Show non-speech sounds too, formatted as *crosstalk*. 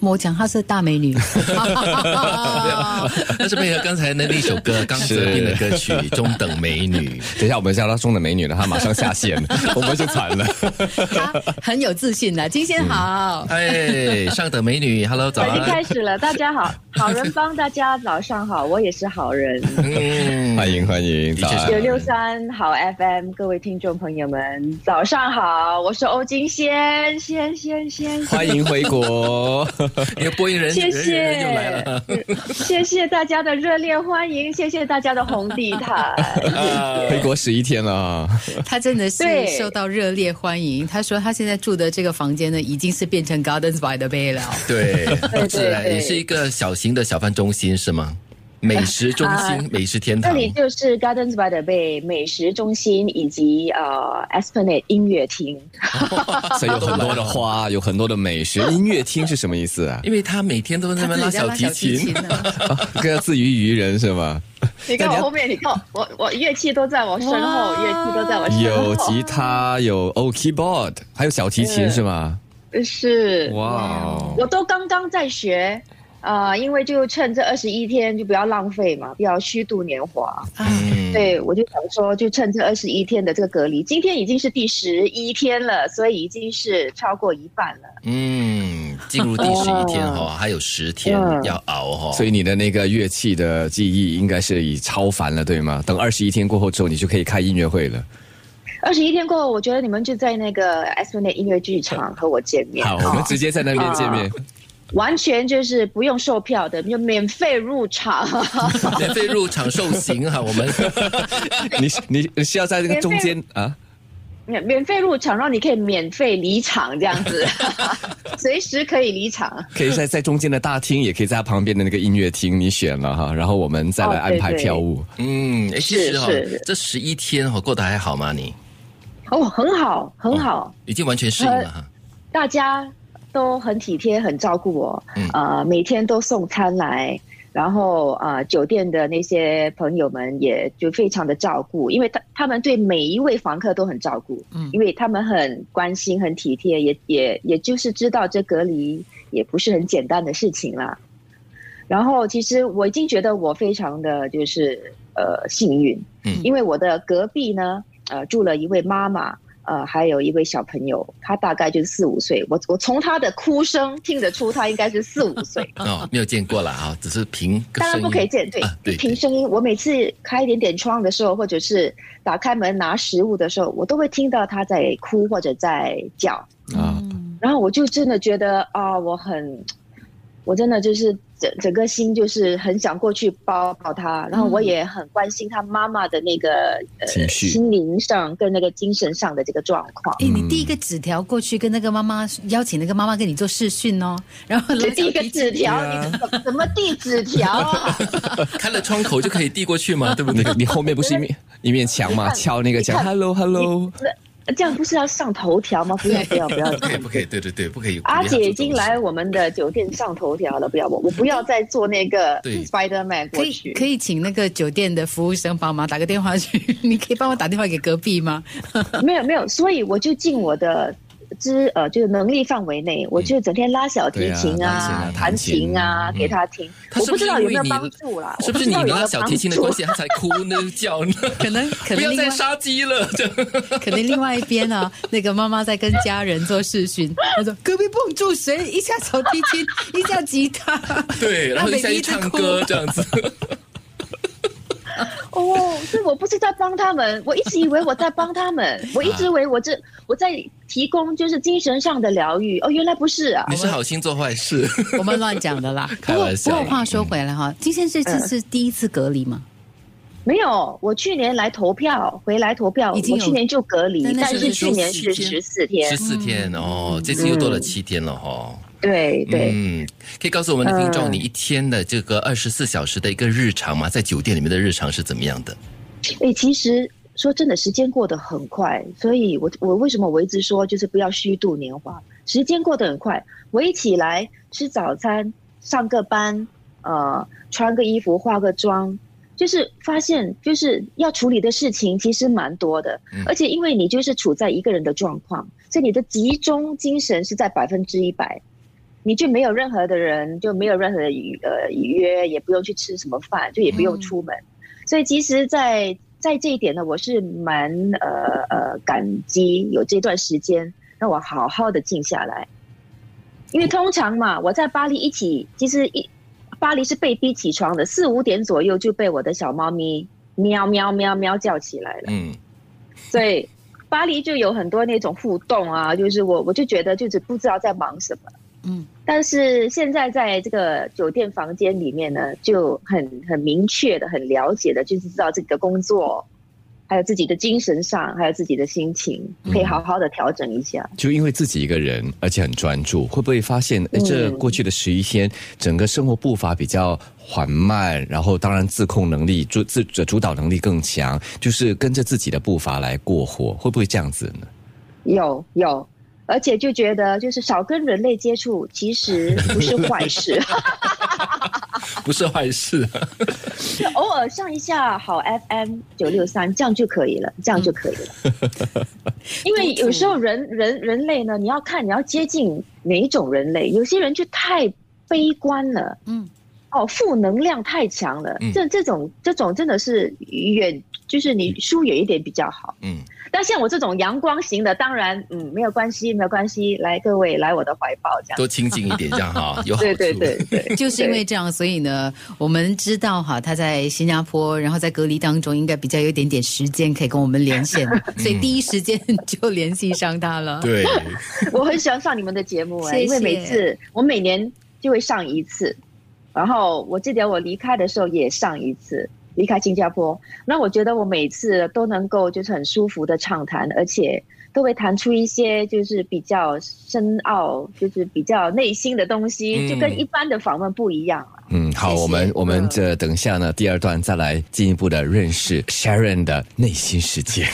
我讲她是大美 *laughs* 女， *laughs* 那是配合刚才那那首歌刚泽斌的歌曲《中等美女》。等一下，我们叫她中等美女了，她马上下线，我们就惨了。她很有自信的。金星好，哎，上等美女，Hello，早已经安开。始了，大家好，好人帮大家早上好，我也是好人。嗯欢迎欢迎，的确早是安九六三好 FM，各位听众朋友们，早上好，我是欧金仙，仙仙仙，欢迎回国。你的播音人谢人谢人又来了。谢谢大家的热烈欢迎，谢谢大家的红地毯。回国十一天啊了，她真的是对受到热烈欢迎。她说她现在住的这个房间呢，已经是变成 Gardens by the Bay 了。对，对是啊，对也是一个小型的小贩中心是吗？美食中啊心，美食天这堂。里就是 Gardens by the Bay 美食中心以及呃 Esplanade 音乐厅。所以有很多的花，有很多的美食。音乐厅是什么意思啊？因为他每天都在那边她拉自己在小提琴，呢，啊这个自娱于人是吗？你看我后面，你看我我我乐器都在我身后，哇乐器都在我身后。有吉他，有哦 keyboard，还有小提琴嗯是吗？是哇哦，我都刚刚在学，呃，因为就趁这二十一天就不要浪费嘛，不要虚度年华。嗯，对，我就想说，就趁这二十一天的这个隔离，今天已经是第十一天了，所以已经是超过一半了。嗯，进入第十一天哈，还有十天哦嗯要熬哈。所以你的那个乐器的技艺应该是已超凡了，对吗？等二十一天过后之后，你就可以开音乐会了。二十一天过后，我觉得你们就在那个 Esplanade 音乐剧场和我见面。好，我们直接在那边见面。完全就是不用售票的，就免费入场， *laughs* 免费入场受刑哈，我们你你你是要在这个中间啊？免免费入场，然后你可以免费离场这样 *laughs* 子，随时可以离场。可以 *laughs* 在在中间的大厅，也可以在它旁边的那个音乐厅，你选了哈，然后我们再来哦安排对对票务。嗯，哎，其实哈是是，这十一天哈过得还好吗？你哦，很好，很好。已经完全适应了 *laughs* 哈。大家都很体贴，很照顾我，嗯呃，每天都送餐来。然后啊、呃酒店的那些朋友们也就非常的照顾，因为他他们对每一位房客都很照顾，嗯因为他们很关心、很体贴，也也也就是知道这隔离也不是很简单的事情啦。然后其实我已经觉得我非常的就是呃幸运，嗯，因为我的隔壁呢，呃住了一位妈妈，呃还有一位小朋友，他大概就是四五岁，我我从他的哭声听得出他应该是四五岁哦，没有见过了啊，只是凭个当然声不可以音。见对啊，对就凭声音。我每次开一点点窗的时候，或者是打开门拿食物的时候，我都会听到他在哭或者在叫，啊嗯然后我就真的觉得啊，我很，我真的就是整整个心就是很想过去抱抱他，然后我也很关心他妈妈的那个、情呃绪心灵上跟那个精神上的这个状况。哎，你第一个纸条过去跟那个妈妈邀请那个妈妈跟你做视讯哦，然后你第一个纸条，对啊你怎么怎么递纸条啊？ *laughs* *laughs* 开了窗口就可以递过去嘛，对不你对？你后面不是一面一面墙 *laughs* 你吗？看敲那个墙你看，hello hello，这样不是要上头条吗？不要不要不要！不可以，不可以，对对对，不可以。阿姐已经来了，我们的酒店上头条了，不要我，我不要再做那个哎对 Spider Man 可过以去。可以请那个酒店的服务生帮忙打个电话去， *laughs* 你可以帮我打电话给隔壁吗？ *laughs* 没有没有，所以我就尽我的知呃，就是能力范围内，嗯我就整天拉小提琴啊、对啊弹弹琴琴啊，嗯给他听。他我是不不是知道有没因为有你帮助啊啦，是不是你我知道有没拿有小提琴的关系，帮他才哭呢叫呢？可能可不能要另再外杀鸡了， *laughs* 这样可能另外一边啊，那个妈妈在跟家人做视讯，她说隔壁蹦住谁，一下小提琴，一下吉他， *laughs* 对，然后让一下 baby 一直唱哭歌这样子，助哦，对，我不是在帮他们，我一直以为我在帮他们，我一直以为我这我在提供就是精神上的疗愈。哦，原来不是啊 *laughs* 你，是好心做坏事，我们乱讲的啦。不 *laughs* 开过玩不笑嗯过话说回来哈，金先生这次是第一次隔离嘛，没有，我去年来投票，回来投票，已经我有去年就隔离但，那但时候是是去年是14十四天十，四天哦，这次又多了七天了哦。对嗯对。嗯，可以告诉我们的听众，嗯你一天的这个二十四小时的一个日常吗？在酒店里面的日常是怎么样的？哎、其实说真的，时间过得很快，所以我我为什么我一直说就是不要虚度年华，时间过得很快。我一起来吃早餐，上个班，呃，穿个衣服，化个妆，就是发现就是要处理的事情其实蛮多的，嗯而且因为你就是处在一个人的状况，所以你的集中精神是在百分之一百。你就没有任何的人，就没有任何的语呃语约，也不用去吃什么饭，就也不用出门。所以其实在，在这一点呢，我是蛮呃呃感激有这段时间让我好好的静下来，因为通常嘛，我在巴黎一起，其实一巴黎是被逼起床的，四五点左右就被我的小猫咪喵喵喵喵叫起来了。嗯，所以巴黎就有很多那种互动啊，就是我我就觉得就是不知道在忙什么。嗯，但是现在在这个酒店房间里面呢，就很很明确的、很了解的，就是知道自己的工作，还有自己的精神上，还有自己的心情，可以好好的调整一下。就因为自己一个人，而且很专注，会不会发现，哎，这嗯过去的十一天，整个生活步伐比较缓慢，然后当然自控能力、主自主导能力更强，就是跟着自己的步伐来过活，会不会这样子呢？有有，而且就觉得就是少跟人类接触，其实不是坏事， *laughs* 不是坏事、啊。就偶尔上一下好 FM 九六三，这样就可以了，这样就可以了。 *laughs* 因为有时候人人人类呢，你要看你要接近哪一种人类，有些人就太悲观了。嗯，哦，负能量太强了，嗯这这种这种真的是远，就是你疏远一点比较好。嗯，但像我这种阳光型的，当然，嗯，没有关系，没有关系，来各位来我的怀抱这样。多亲近一点，这样哈，有好处。 *laughs* 对对对对，就是因为这样，所以呢，我们知道哈，他在新加坡，然后在隔离当中，应该比较有一点点时间可以跟我们连 *laughs* 线，所以第一时间就联系上他了。对，我很喜欢上你们的节目哎、谢谢因为每次我每年就会上一次，然后我记得我离开的时候也上一次，离开新加坡。那我觉得我每次都能够就是很舒服的畅谈，而且都会谈出一些就是比较深奥，就是比较内心的东西，嗯就跟一般的访问不一样啊。嗯，好，谢谢我们我们嗯这等一下呢，第二段再来进一步的认识 Sharon 的内心世界。